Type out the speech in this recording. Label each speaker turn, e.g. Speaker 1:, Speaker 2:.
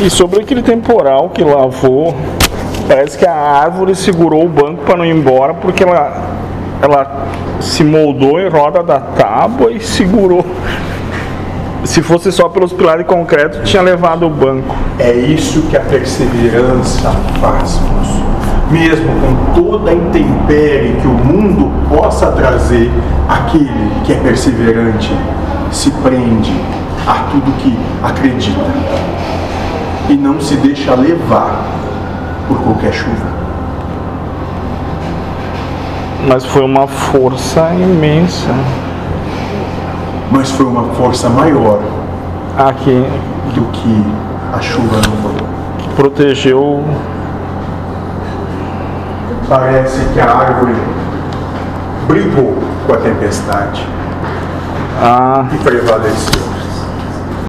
Speaker 1: E sobre aquele temporal que lavou, parece que a árvore segurou o banco para não ir embora porque ela, ela se moldou em roda da tábua e segurou. Se fosse só pelos pilares de concreto, tinha levado o banco.
Speaker 2: É isso que a perseverança faz, moço. Mesmo com toda a intempérie que o mundo possa trazer, aquele que é perseverante se prende a tudo que acredita e não se deixa levar por qualquer chuva.
Speaker 1: Mas foi uma força imensa.
Speaker 2: Mas foi uma força maior
Speaker 1: Aqui
Speaker 2: do que a chuva não foi.
Speaker 1: que protegeu.
Speaker 2: Parece que a árvore brigou com a tempestade
Speaker 1: Ah,
Speaker 2: e prevaleceu.